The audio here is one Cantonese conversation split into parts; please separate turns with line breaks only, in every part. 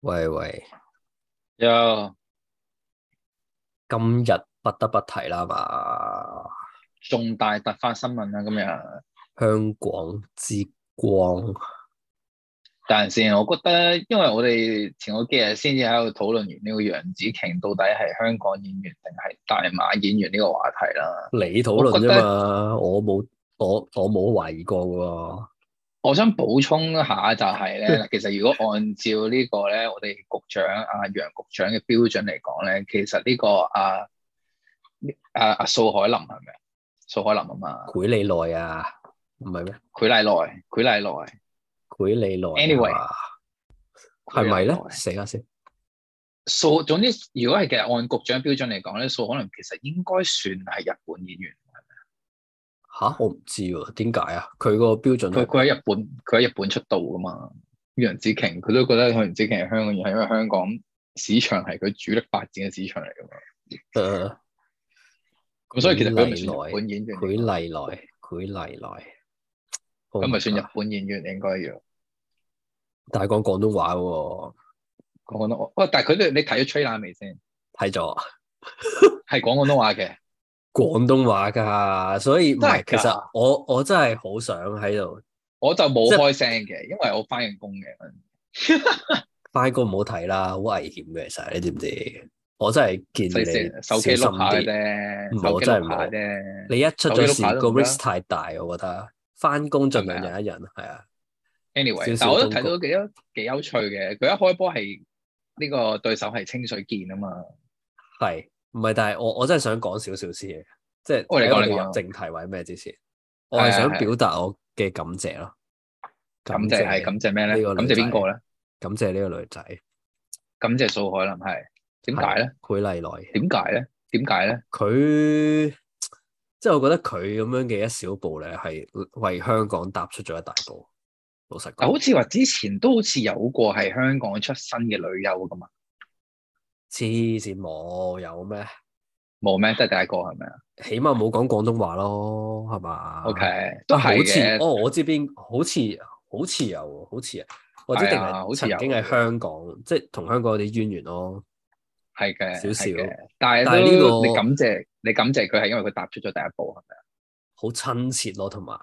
喂喂，
又
今日不得不提啦嘛，
重大突發新聞啊啦，今日。
香港之光，
但係先，我覺得，因為我哋前嗰幾日先至喺度討論完呢個楊紫瓊到底係香港演員定係大馬演員呢個話題啦。
你討論
我覺
啫
得
嘛，我冇我我冇懷疑過喎。
我想補充下就係
嗯
咧，其實如果按照呢個咧，我哋局長阿楊局長嘅標準嚟講咧，其實呢個啊啊啊蘇海林係咪啊？蘇海林啊嘛，
攰你耐啊，唔係咩？
佢麗奈，佢麗奈
攰你耐啊。
Anyway，
係咪咧
佢麗？奈
死下先，
數總之，如果係其實按局長標準嚟講咧，數可能其實應該算係日本演員。
吓我唔知喎，點解啊？佢個標準係
佢佢喺日本，佢喺日本出道噶嘛。楊紫瓊佢都覺得楊紫瓊係香港人，係因為香港市場係佢主力發展嘅市場嚟噶嘛。
誒
咁所以
嗯
其實佢唔算日本演員，
攰你耐，攰你耐。咁
佢唔係算日本演員應該要
啊但係講廣東話喎，
講廣東話。喂，但係佢哋你睇咗 trailer 未先？
睇咗。
係講廣東話 嘅，
廣東話㗎，所以唔係，其
真係㗎
實我我真係好想喺度
我就冇
即係
開聲嘅，因為我翻緊工嘅。
翻工唔好睇啦，好危險嘅，其實你知唔知？我真係建
細
議嗯你
聲手機
小
碌
心
下嘅
啲。
啫，
唔係
手
我
機
真係
碌
唔
下
好
啫。
你一出咗
手
事
機碌下
個
都唔得啊
risk 太大，我覺得翻工盡量
係咪
忍一忍，係啊，
anyway，
少
但
少
我都
公
睇到幾有幾有趣嘅，佢一開波係呢個對手係清水健啊嘛。
係唔係？但係我我真係想講少少先嘅，即係
哦你
喺
講
我
你
哋
講
入正題或者咩之前，我係想
係係
表達我嘅感謝咯，
感謝係感謝咩
呢
咧？
個女
感謝邊個咧？
感謝呢個女仔，
感謝蘇海林係點解咧？
佢麗來。
點解咧？點解
哦
咧？
佢即係我覺得佢咁樣嘅一小步咧，係為香港踏出咗一大步。老實
但好
講，
似話之前都好似有過係香港出身嘅女優噶嘛，
黐線冇有咩？
冇咩？得第一個係咪啊
起碼冇講廣東話咯，係嘛
？OK，都係
啊好似
嘅，
哦，我知邊好似好似有喎，好似啊，或者定
係啊好
係
似有
曾經喺香港，即係同香港有啲淵源咯。
係嘅，
少少
係嘅。但
但係
係
呢
都
個
你感謝你感謝佢係因為佢踏出咗第一步係咪啊？
好親切咯，同埋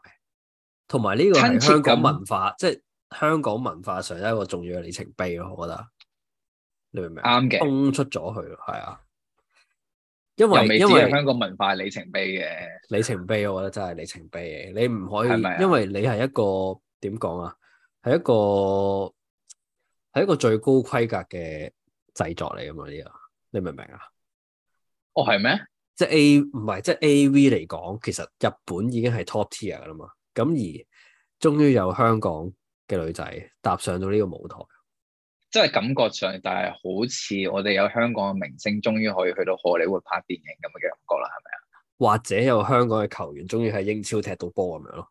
同埋呢個
親
係
切
香港
感
文化，即係香港文化上一個重要嘅里程碑咯，我覺得你明唔明啊？
啱嘅
衝出咗去，係啊，因
又
為
未
因
知啊係
為
香港文化里程碑嘅，
里程碑，我覺得真係里程碑嘅，你唔可以
係咪啊，
因為你係一個點講啊，係一個係一個最高規格嘅製作嚟噶嘛呢個，你明唔明啊？
哦係咩？
即係 A 唔係即係 A.V. 嚟講，其實日本已經係 top tier 噶啦嘛。咁而終於有香港嘅女仔踏上到呢個舞台，
真係感覺上，但係好似我哋有香港嘅明星，終於可以去到荷里活拍電影咁嘅感覺啦，係咪啊？
或者有香港嘅球員終於喺英超踢到波咁樣咯。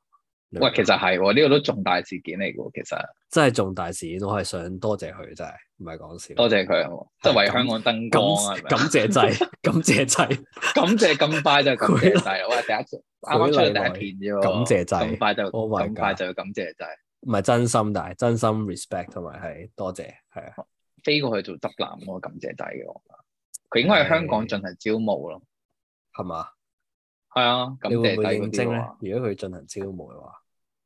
你明唔
喂，
明
其實係喎，呢、個都重大事件嚟嘅喎，其實
真啊係啊重大事件，我係想多謝佢，真係唔係講笑。
多謝佢啊，即係為香港燈光啊
感
係咪
感
啊？
謝 祭，感謝祭，
感謝咁快 就感謝晒，哇！第一啱啱出
佢嚟
嚟第一片啫喎，
感謝祭
咁快就
Oh my
咁快
God
就感謝晒，
唔係真心，但係真心 respect 同埋係多謝，係啊，
飛過去做執男嗰個感謝祭嘅我覺得，佢應該喺香港進行招募咯，
係嘛？
係啊，感
你
謝
會
祭
唔會
嗰
應徵
啲
咧
啊，？
如果佢進行招募嘅話，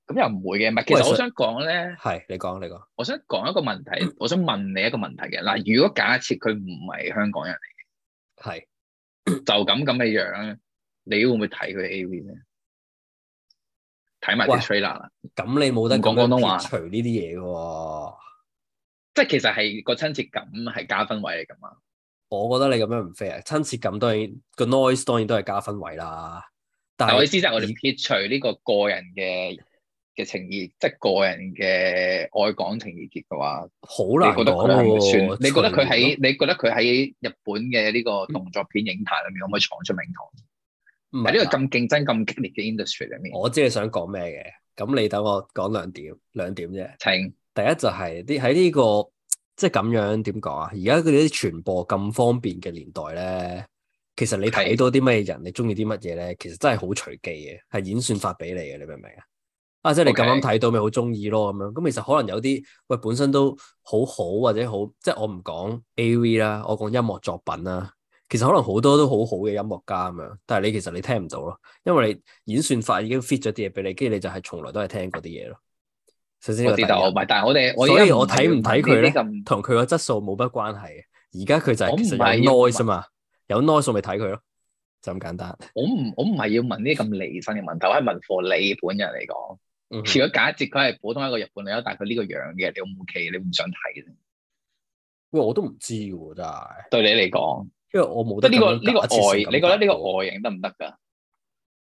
咁又唔會嘅，唔係，其
喂
實我
實
想講咧。
係你講你講，
我想講一個問
嗯
題，我想問你一個問題嘅。嗱，如果假設佢唔係香港人，
係
就咁咁嘅樣，你會唔會睇佢 A.V. 咧？睇埋
喂
啲 trailer 啦，
咁你冇得
唔
咁
講
樣
廣東話
撇除呢啲嘢嘅喎。
即係其實係個親切感係加分位嚟㗎嘛。
我覺得你咁樣唔 fair，親切感當然個 noise 當然都係加分位啦。但
但我意
係
思就係我哋撇除呢個個人嘅嘅情意，即係個人嘅愛港情意結嘅話，
好
你
難
覺得
講
佢係咪算
喎。？
你覺得
隨
佢喺你覺得佢喺日本嘅呢個動作片影壇裏面可唔可以闖出名堂？
唔
喺呢
係
個咁競爭咁激烈嘅 industry 裏面，
我只係想講咩嘅。咁你等我講兩點，兩點啫。
請
第一就係啲喺呢個即係咁樣點講啊？而家佢哋啲傳播咁方便嘅年代咧，其實你睇
係
到啲咩人，你中意啲乜嘢咧，其實真係好隨機嘅，係演算法俾你嘅，你明唔明啊？啊，即係你咁啱
OK
睇到咪好中意咯咁樣。咁其實可能有啲喂本身都好好或者好，即係我唔講 A.V. 啦，我講音樂作品啦。其實可能好多都好好嘅音樂家咁樣，但係你其實你聽唔到咯，因為你演算法已經 fit 咗啲嘢俾你，跟住你就係從來都係聽嗰啲嘢咯。首先呢
我
個第啊
知道，
一
唔係，但係我哋我
所以我睇唔睇佢咧
咁
同佢個質素冇乜關係嘅。而家佢就
我
係
唔係
其實
要
有 noise 啊嘛，有 noise 我咪睇佢咯，就咁簡單。
我唔我唔係要問呢啲咁離身嘅問題，我係問 for 你本人嚟講。
嗯
如果假設佢係普通一個日本女優，但係佢呢個樣嘅，你 O 唔 OK？你唔想睇先？
喂，我都唔知喎，真係，
對你嚟講，
因為我冇得
即係呢個
咁樣
呢個
假設
外，
性咁
你覺得呢
答
個
到
外形得唔得㗎？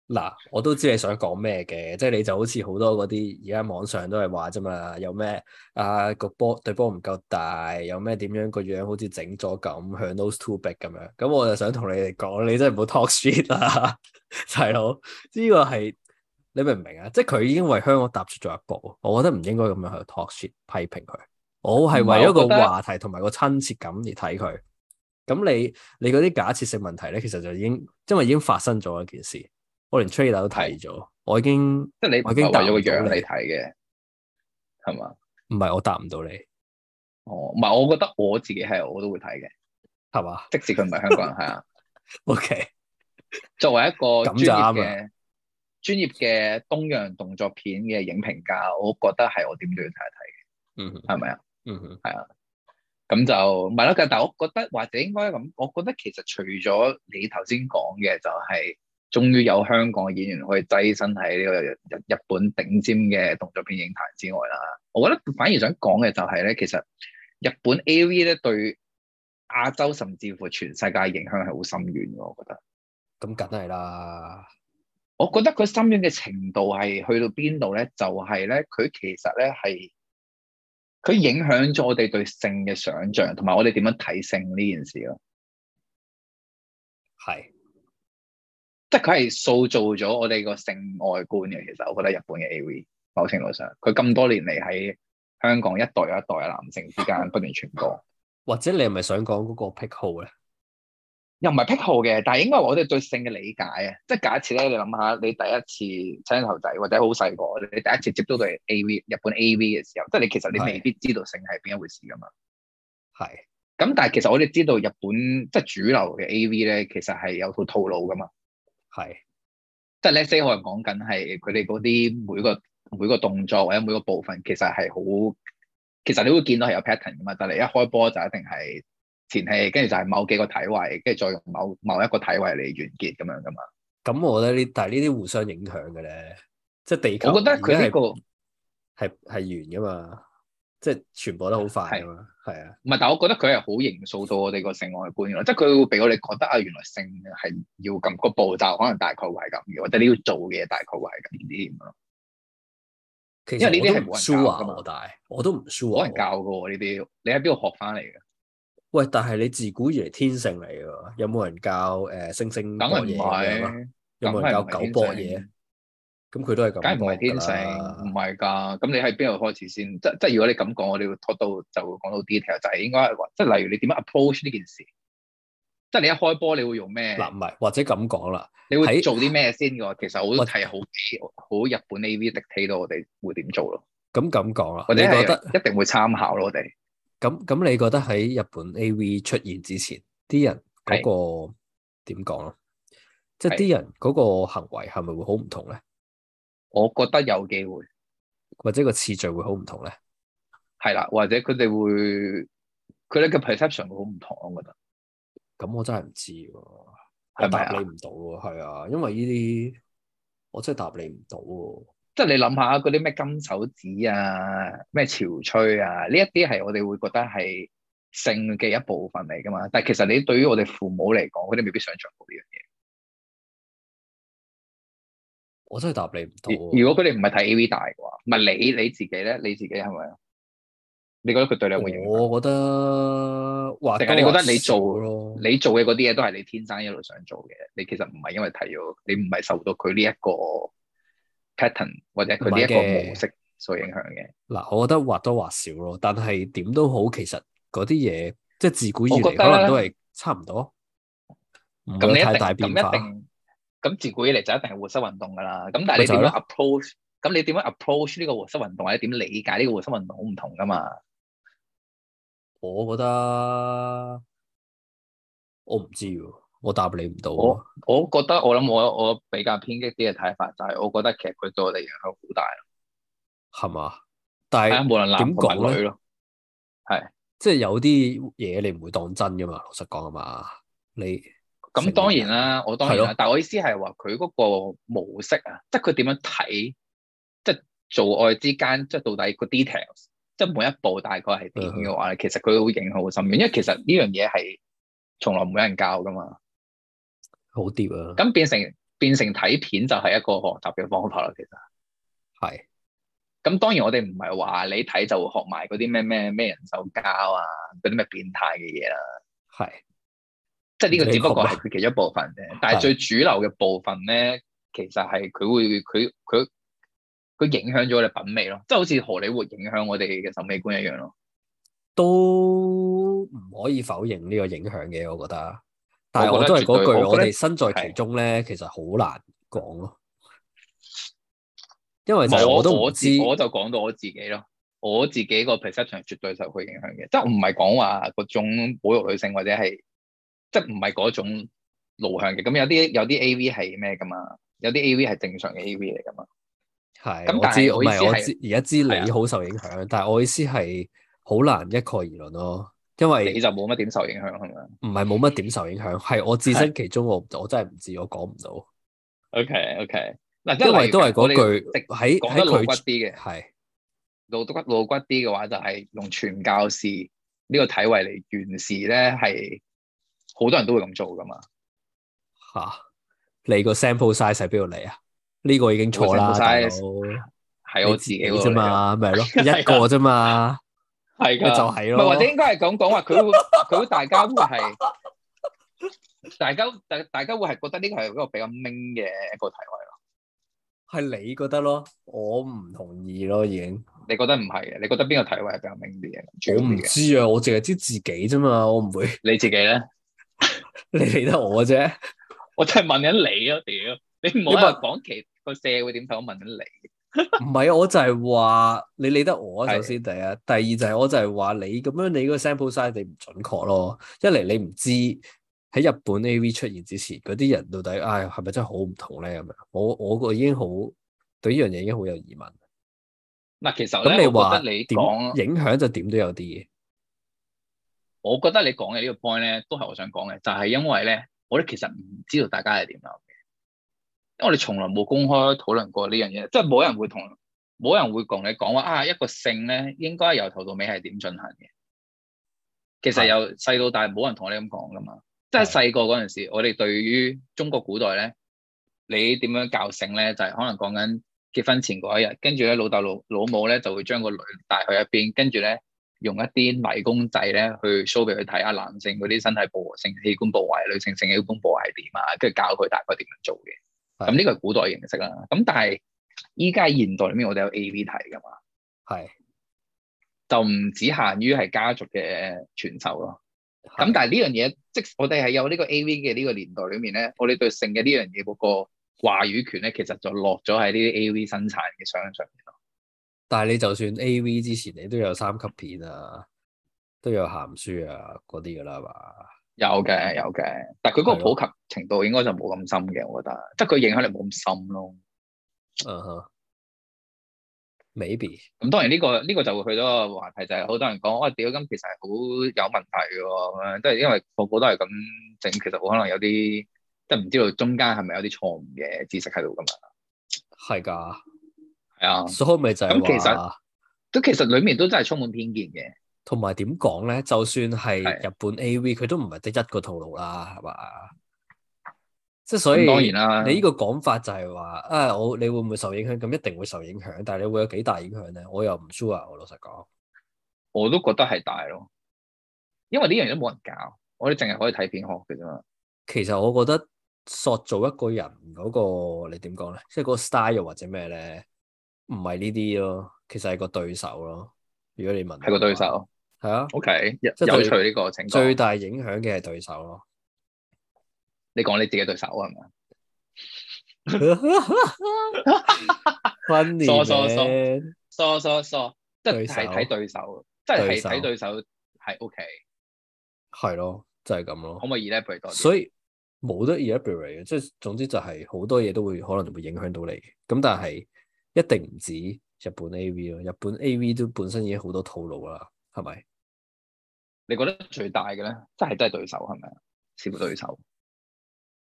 嗱，我都知你想講咩嘅，即係你就好似好多嗰啲而家網上都係話啫嘛，有咩啊個波對波唔夠大，有咩點樣個樣好似整咗咁，向 nose too big 咁樣，咁我就想同你哋講，你真係唔好 talk shit 啦， 細佬，呢個係你明唔明啊？即係佢已經為香港踏出咗一步，我覺得唔應該咁樣去 talk shit 批評佢，我係
唔係
為咗
我覺
個
得
話題同埋個親切感而睇佢。咁你你嗰啲假設性問題咧，其實就已經因為已經發生咗一件事，我連 trailer 都睇咗，我已經
即係你唔
我已經
係為咗個
答唔
樣
到你
嚟睇嘅，係嘛？
唔係我答唔到你，
哦，唔係，我覺得我自己係我都會睇嘅，
係嘛
即使佢唔係香港人，係啊。
？OK，
作為一個專
咁就
業
啱
嘅專業嘅東洋動作片嘅影評家，我覺得係我點都要睇一睇
嗯哼
嘅，係咪啊？
嗯哼
咁就唔係啦，但係我覺得或者應該咁，我覺得其實除咗你頭先講嘅，就係終於有香港嘅演員可以躋身喺呢個日日本頂尖嘅動作片影壇之外啦，我覺得反而想講嘅就係咧，其實日本 A.V. 咧對亞洲甚至乎全世界嘅影響係好深遠嘅，我覺得。
咁梗係啦，
我覺得佢深淵嘅程度係去到邊度咧？就係咧，佢其實咧係佢影響咗我哋對性嘅想像，同埋我哋點樣睇性呢件事咯。
係
即係佢係塑造咗我哋個性愛觀嘅。其實我覺得日本嘅 A.V. 某程度上，佢咁多年嚟喺香港一代又一代嘅男性之間不斷傳播，
或者你係咪想講嗰個癖好咧？
又唔係癖好嘅，但係應該係我哋對性嘅理解啊。即係假設咧，你諗下，你第一次青頭仔或者好細個，你第一次接觸到 A.V. 日本 A.V. 嘅時候，即係你其實你未必知道性係邊一回事㗎嘛。
係
咁但係其實我哋知道日本即係主流嘅 A.V. 咧，其實係有套套路噶嘛。
係
即係 let's say 可能講緊係佢哋嗰啲每個每個動作或者每個部分其實係好，其實你會見到係有 pattern 噶嘛。但係一開波就一定係前戲，跟住就係某幾個體位，跟住再用某某一個體位嚟完結咁樣噶嘛。
咁，我覺得呢，但係呢啲互相影響嘅咧，即係地球，
我覺得佢呢、個
個係係圓噶嘛，即係傳播得好快噶嘛，係啊，
唔係，但係我覺得佢係好形塑到我哋個性愛觀咯，即係佢會俾我哋覺得啊，原來性係要咁個步驟，可能大概會係咁嘅，或者你要做嘅嘢大概會係咁啲咁咯。
其
因為呢
實
啲係
我都唔
冇人教
sure 啊
㗎嘛
我，但係我都唔 sure 啊
冇人
我
教嘅喎呢啲，你喺邊度學翻嚟嘅？
喂，但係你自古以嚟天性嚟㗎，有冇人教誒星星
梗
搏
係唔
嘢咁樣啊？
係，
有冇人教狗搏嘢？咁佢都係咁
梗係唔係天
搏
性
㗎，
唔
啦。
係㗎。咁你喺邊度開始先？即即係如果你咁講，我哋會拖到就會講到 detail，就係應該係話即係例如你點樣 approach 呢件事，即係你一開波你會用咩？
嗱，唔係或者咁講啦，
你會
喺
做啲咩先㗎？其實
或
我都係好好日本 AV dictate 到我哋會點做咯，
咁咁講啦，
或者
你覺得
係一定會參考咯，我哋。
咁咁？你覺得喺日本 A.V. 出現之前，啲人嗰、個點講啊？即係
係
啲人嗰個行為係咪會好唔同咧？
我覺得有機會
或者個次序會好唔同咧？
係啦，或者佢哋會佢哋嘅 perception 會好唔同，我覺得
咁我真係唔知喎，我
係咪
答
啊
你？唔到喎，係啊，因為呢啲我真係答你唔到喎。
即係你諗下嗰啲咩金手指啊、咩潮吹啊，呢一啲係我哋會覺得係性嘅一部分嚟噶嘛。但係其實你對於我哋父母嚟講，佢哋未必想象到呢樣嘢。
我真係答你唔到
如
喎。
如果佢哋唔係睇 A.V. 大嘅話，唔係你你自己咧，你自己係咪啊？你覺得佢對你有冇影響？
我覺得或
定係
多
你覺
或
得你做
少咯？
你做嘅嗰啲嘢都係你天生一路想做嘅，你其實唔係因為睇咗，你唔係受到佢呢一個 pattern 或者佢呢一
唔
個
係嘅
模式所影響嘅。
嗱，我覺得或多或少咯，但係點都好，其實嗰啲嘢即係自古以
我
嚟
覺得
可
咧
能都係差唔多，唔
咁
會
你
有
一
太大變
定咁一
化。
定咁自古以嚟就一定係活塞運動㗎啦。咁但係
咪
你
就係
點樣
咯
approach？咁你點樣 approach 呢個活塞運動，或者點理解呢個活塞運動好唔同噶嘛？
我覺得我唔知喎，我答你唔到
我
喎。
我覺得我諗我我比較偏激啲嘅睇法就係，我覺得其實佢對我哋影響好大咯，
係嘛？但
係啊，
係
無論男
點
同埋
講咧
女咯，
即係有啲嘢你唔會當真噶嘛，老實講啊嘛，你
咁當然啦，我當然
係
啦
咯，
但係我意思係話佢嗰個模式啊，即係佢點樣睇，即係做愛之間，即係到底個 details，即係每一步大概係
嗯
點嘅話咧，其實佢會影響好深遠，因為其實呢樣嘢係從來冇人教噶嘛，
好啲啊，
咁變成變成睇片就係一個學習嘅方法啦，其實。
係
咁當然我哋唔係話你睇就會學埋嗰啲咩咩咩人手交啊，嗰啲咩變態嘅嘢啦，
係
即係呢個只不過
你
係佢其中一部分啫。但係最主流嘅部分咧，其實係佢會佢佢佢影響咗我哋品味咯，即係好似荷里活影響我哋嘅審美觀一樣咯。
都唔可以否認呢個影響嘅，我覺得。但係
我
我
覺
都
得
係嗰
絕對
句，
我
我
覺得
哋身在其中咧，其實好難講咯。因為就係
冇
我都唔
我
知
自，我就講到我自己咯。我自己個 perception 絕對受佢影響嘅，即係唔係講話嗰種保育女性或者係即係唔係嗰種路向嘅。咁有啲有啲 A.V. 係咩噶嘛？有啲 A.V. 係正常嘅 A.V. 嚟噶嘛？
係
咁
我
但係
知，唔
我意思
係我
係
知，而家知
係
你
啊
好受影響，但係我意思係好難一概而論咯，因為
你就冇乜點受影響係
唔
咪
係冇乜點受影響，係我置身其中，我我真係唔知，我講唔到，
？OK OK，嗱，即
因為都係嗰
例
句
如直
喺
講
喺
得露骨
佢
啲嘅，
係
露骨露骨啲嘅話，就係用傳教士呢個體位嚟完事咧，係好多人都會咁做噶嘛。
吓，你個 sample size 喺邊度嚟啊？呢個已經錯啦，
我個
大
sample
佬，
係我
你
自己嗰個
啫
嚟㗎，
嘛，咪係咯，
係啊
一個啫嘛，
係
咪就
㗎。
係
唔係，
咯
或，者應該係咁講話，佢會佢會大家會係大家大大家會係覺得呢個係一個比較明嘅一個題位咯。
係你覺得咯，我唔同意咯，已經，
你覺得唔係嘅？你覺得邊個題位係比較明啲嘅？主要
我唔
啲嘅？
知啊，我淨係知自己啫嘛，我唔會
你自己咧？
你理得我啫。
我真係問緊你啊！屌，你唔好
你問
喺度講其個社會點睇，我問緊你。
唔係，我就係話你理得我啊
係
首先第一，第二就係我就係話你咁樣，你嗰個 sample size 你唔準確咯。一嚟你唔知喺日本 A.V. 出現之前，嗰啲人到底唉係咪真係好唔同咧？咁樣，我我個已經好對呢樣嘢已經好有疑問。
嗱，其實
咁
咧，
你
我覺
話
得你
點
講，
影響就點都有啲嘅，
我覺得你講嘅呢個 point 咧，都係我想講嘅，就係因為咧，我哋其實唔知道大家係點諗嘅，因為我哋從來冇公開討論過呢樣嘢，即係冇人會同冇人會同你講話啊，一個性咧應該由頭到尾係點進行嘅。其實
係
由細到大冇人同我哋咁講噶嘛，即係細個嗰陣時，我哋對於中國古代咧，你點樣教性咧，就係、可能講緊結婚前嗰一日，跟住咧老豆老老母咧就會將個女帶去一邊，跟住咧用一啲迷公仔咧去 show 俾佢睇下男性嗰啲身體部性器官部位、女性性器官部位係點啊，跟住教佢大概點樣做嘅。
係
咁呢個係古代形式啦。咁但係依家現代裏面，我哋有 A V 睇噶嘛，
係
就唔只限於係家族嘅傳授咯。咁
係
但係呢樣嘢，即使我哋係有呢個 A.V. 嘅呢個年代裏面咧，我哋對性嘅呢樣嘢嗰個話語權咧，其實就落咗喺呢啲 A.V. 生產嘅商上面咯。
但係你就算 A.V. 之前你都有三級片啊，都有鹹書啊嗰啲噶啦嘛，
有嘅，有嘅，但係佢嗰
係
個
咯
普及程度應該就冇咁深嘅，我覺得，即係佢影響力冇咁深咯。
嗯哼，maybe
咁當然呢、個呢、個就會去到一個話題，就係、好多人講，哇屌，咁其實係好有問題嘅喎，咁樣即係因為個個都係咁整，其實可能有啲即係唔知道中間係咪有啲錯誤嘅知識喺度㗎嘛。
係㗎。
係啊，
所以咪就係
咁其實
話，
都其實裡面都真係充滿偏見嘅。
同埋點講咧？就算係
係
日本 A.V. 佢都唔係得一個套路啦，係嘛？即係所以
咁，當然啦，
你呢個講法就係話啊，我你會唔會受影響？咁一定會受影響，但係你會有幾大影響咧？我又唔 sure，我老啊實講，
我都覺得係大咯，因為呢樣嘢都冇人教，我哋淨係可以睇片學嘅啫嘛。
其實我覺得塑造一個人嗰、個你點講咧，即係嗰個 style 又或者咩咧，唔係呢啲咯，其實係個對手咯。如果你問我
係個對，手
係啊，
，OK，有
即係
有
對
趣呢個情
最
況。
大影響嘅係對手咯。
你講你自己對手係咪？
Funny
疏疏
man
疏疏疏，即係
對手
睇睇對手，即係
對
係
手
睇對手係 OK，
係咯，就係咁
可
咯
唔。可以 elaborate 多啲？
所以冇得 elaborate 嘅，即係總之就係好多嘢都會可能會影響到你。咁但係一定唔止日本 A V 咯，日本 A V 都本身已經好多套路啦，係咪？
你覺得最大嘅咧，真係真係對手係咪啊？視乎對手，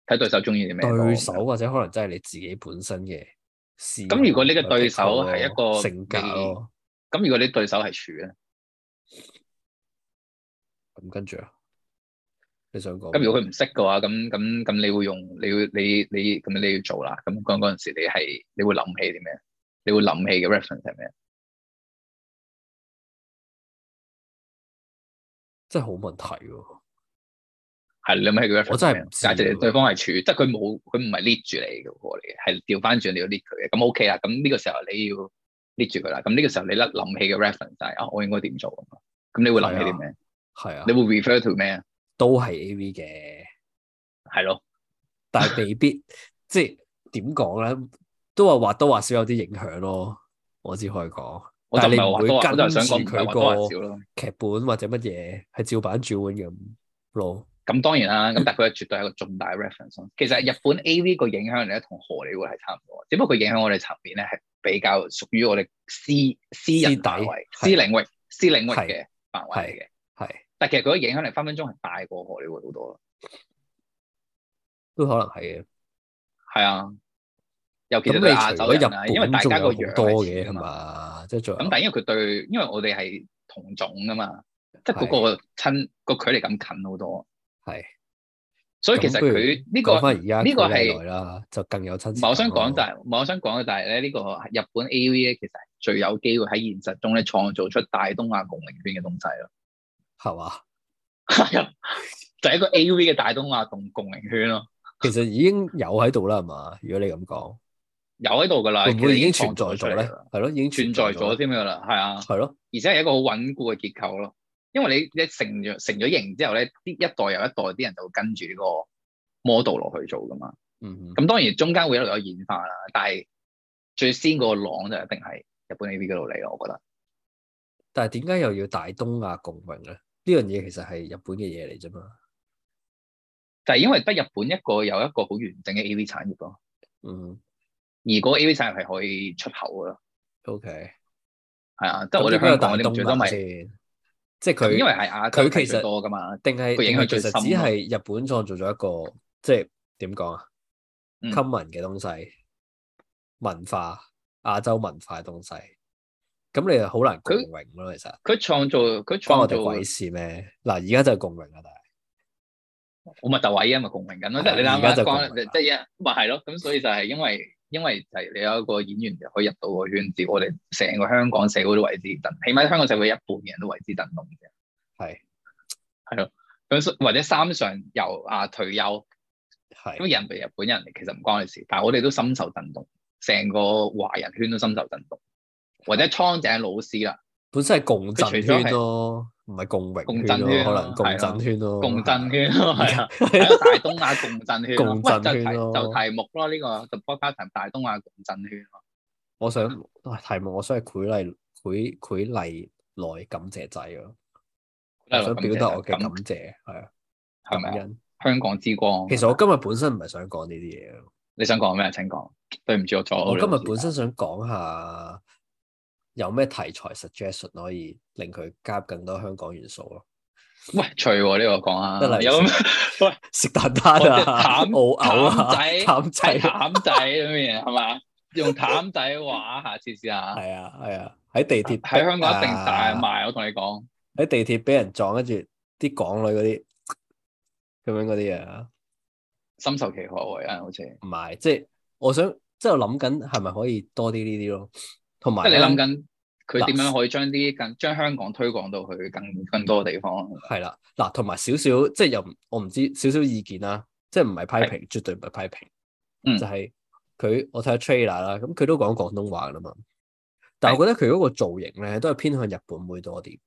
睇對手中意啲咩咯
對手或者可能真係你自己本身嘅事。
咁如果你嘅對手係一個
性格咯，
咁如果你對手係處咧，
咁跟住啊，你想講？
咁如果佢唔識嘅話，咁咁咁你會用你要你你咁你要做啦。咁嗰嗰陣時你係你會諗起啲咩？你會諗起嘅 reference 係咩？
真係好問題喎，
係你諗起嘅 reference
我真係
係咩
唔知啊
假設
喎
你對方係處，即係佢冇佢唔係 lead 住你嘅喎，你係調翻轉你要 lead 佢嘅。咁 OK 啦，咁呢個時候你要 lead 住佢啦。咁呢個時候你甩諗起嘅 reference 就係啊，我應該點做咁啊？咁你會諗起啲咩？
係啊
你，會 refer to 咩啊？
都係 A V 嘅。
係咯。
但 係未必即係點講咧，都話或多或少有啲影響咯。我只可以講
我就唔係話
但係
多，我
你唔會
就想講唔係話
跟
多話
住
少咯。
劇本或者乜嘢係照版照本咁咯。
咁當然啦， 咁但係佢絕對係一個重大 reference 咯。其實日本 A.V. 個影響力咧，同荷里活係差唔多，只不過佢影響我哋層面咧係比較屬於我哋私私
私
人
底
範圍、
係
私領域、私領域
係
嘅範圍嚟嘅。
係
但係其實佢嘅影響力分分鐘係大過荷里活好多咯。
都可能係嘅。
係啊，尤其
咁
是對亞
你除
洲
咗
人啊，因為
日本
大
仲
家
有
個
好
樣
多
似
嘅
㗎
係
嘛。
嘛，即係仲有
咁但係因為佢對，因為我哋係同種㗎嘛，即係嗰
係
個親個距離咁近好多，
係
所以其
咁
實
不如
佢呢個
講哦翻而家
呢個係
係啦，就更有親
唔
切
係，
感咯。啊
我想講就係，唔係我想講嘅，但係咧呢個日本 A.V. 咧，其實係最有機會喺現實中咧創造出大東亞共榮圈嘅東西咯。
係嘛，
係啊，就係一個 A.V. 嘅大東亞共共榮圈咯，
其實已經有喺度啦，係嘛？如果你咁講，
有喺度㗎啦，
會唔會已經
其實
存在
創造出
咗
嚟
咧
㗎啦？
係咯，已經
存在咗
咧
添㗎啦，係啊，
係咯，
而且係一個好穩固嘅結構咯。因為你你成咗成咗型之後咧，啲一代又一代啲人就會跟住呢個 model 落去做㗎嘛。
嗯哼
咁當然中間會一路有演化啦，但係最先嗰個浪就一定係日本 A.V. 嗰度嚟咯，我覺得。
但係點解又要大東亞共榮咧？呢樣嘢其實係日本嘅嘢嚟啫嘛。
就係因為得日本一個有一個好完整嘅 A.V. 產業咯，
嗯
而嗰個 A.V. 產業係可以出口噶咯，
，OK。
係啊，即
即
係我哋香港啲最多咪，
先，即係
咁
佢
因為係亞洲
佢
係
其
最
實
多噶嘛，
定係
佢影
定係
響
其
最
實
深啊
只
咯
係日本創造咗一個即係點講啊
嗯
？common 嘅東西，文化亞洲文化嘅東西，咁你就好難共
佢
榮咯。其實
佢創造佢
關
創
我
造
哋鬼事咩？嗱，而家就係共榮啊啦，但係
我咪就位因咪共鳴緊咯，
係
即係你
而
諗
家
下
就
講，
共鳴啦
即係一咪係咯，咁所以就係因為因為就係你有一個演員就可以入到個圈子，我哋成個香港社會都為之震，起碼香港社會一半嘅人都為之震動嘅。
係
咁所或者三上由啊退休，
係
咁人哋日本人其實唔關我哋事，但係我哋都深受震動，成個華人圈都深受震動，或者蒼井老師啦，
本身係共
佢除
振
咗
圈
係
咯，唔係共榮
共
圈
振
咯，
圈
可
咯
能共
係咯
振圈咯，
共振
係
圈咯，係
Dạ.
啊，係啊大東亞共振圈咯，
共
喂
振
就
圈
題
咯
就題目咯，呢個就 podcast 題大東亞共振圈咯，
我想啊題目，我想係舉例舉舉例來感謝仔咯，我想啊表達我嘅感
咁
謝，係啊，
係咪
感
啊？
恩。
香港之光，
其實我今日本身唔係想講呢啲嘢咯，
你想講咩？請講，對唔住我阻
我
咗
今
你
日本身想講下有咩題材 suggestion 可以令佢加入更多香港元素 咯，
喂，除喎呢個講
得啦
下， 有咩
食蛋撻 啊，
我隻
澳牛啊，
淡
淡仔
係譚仔咁嘅嘢係嘛？用譚仔話，下次試 下。
係啊係啊，喺地鐵
喺香港一定大
啊
賣，我同你講。
喺地鐵俾人撞，跟住啲港女嗰啲咁樣嗰啲啊。
深受其害喎，有人好似，即
唔係，啊即係我想，即係我諗緊係咪可以多啲呢啲咯，同埋
係你
咧
諗緊佢點樣可以將啲更將香港推廣到去更更多嘅地方。
係啦，嗱，同埋少少即係又唔我唔知少少意見啦，即係唔係批評，絕對唔係批評，
嗯
就係佢我睇下 trailer 啦，咁佢都講廣東話噶啦嘛，但係我覺得佢嗰個造型咧都係偏向日本妹多啲，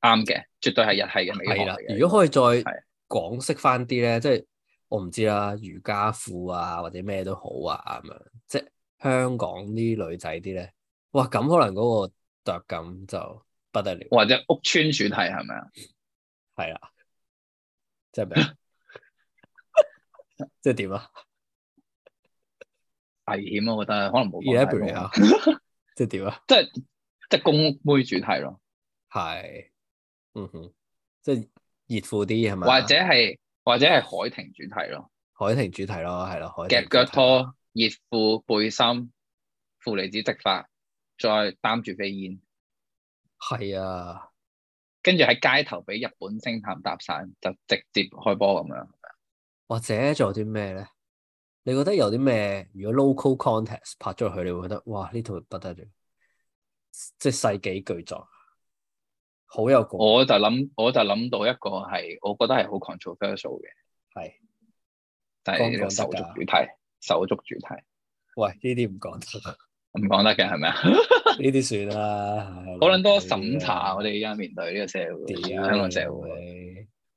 啱嘅，絕對係日系嘅美學
係啦
嚟，嘅。
如果可以再
係
港式翻啲咧，即係我唔知啦，瑜伽褲啊或者咩都好啊咁樣，即係香港啲女仔啲咧，哇咁可能嗰個腳感就不得了，
或者屋村主題係咪啊？
係啦，即係 咩？啊即係點啊
危險啊我覺得可能冇講太多
e 啊， 即係點啊？
即係公屋妹主題咯，
係，嗯哼，即係熱褲啲係咪啊？
或者係或者係海婷主題咯，
海婷主題咯，係咯，海
夾
婷
腳
主題
拖、熱褲、背心、負離子直髮，再擔住飛煙，
係啊，
跟住喺街頭俾日本星探搭訕，就直接開波咁樣。
哦或者仲有啲咩咧？你覺得有啲咩？如果 local context 拍咗佢，你會覺得哇呢套不得了，即係世紀巨作，好有共鳴
我就諗我就諗到一個係我覺得係好 controversial 嘅，
係。
就
講唔
係呢個手
講得
足
㗎
主題，手足主題
喂，呢啲唔講得，
唔講得嘅係咪啊？
呢啲算啦。唉
好撚
你
多
呢啲
審查，
啊
我哋而家面對呢個社會，
屌
香港社會。
你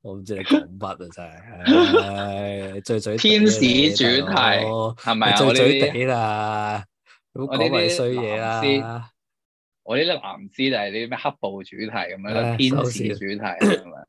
我唔知你講乜啊真 係，唉最嘴地
天使
你
主題
大佬
係咪啊？
最
我呢
嘴
啲
地啦，咁
我呢
講埋
啲
衰嘢啦，
我呢啲藍絲就係呢啲咩黑暴主題咁樣，
唉
天
收
使
線
主題咁樣。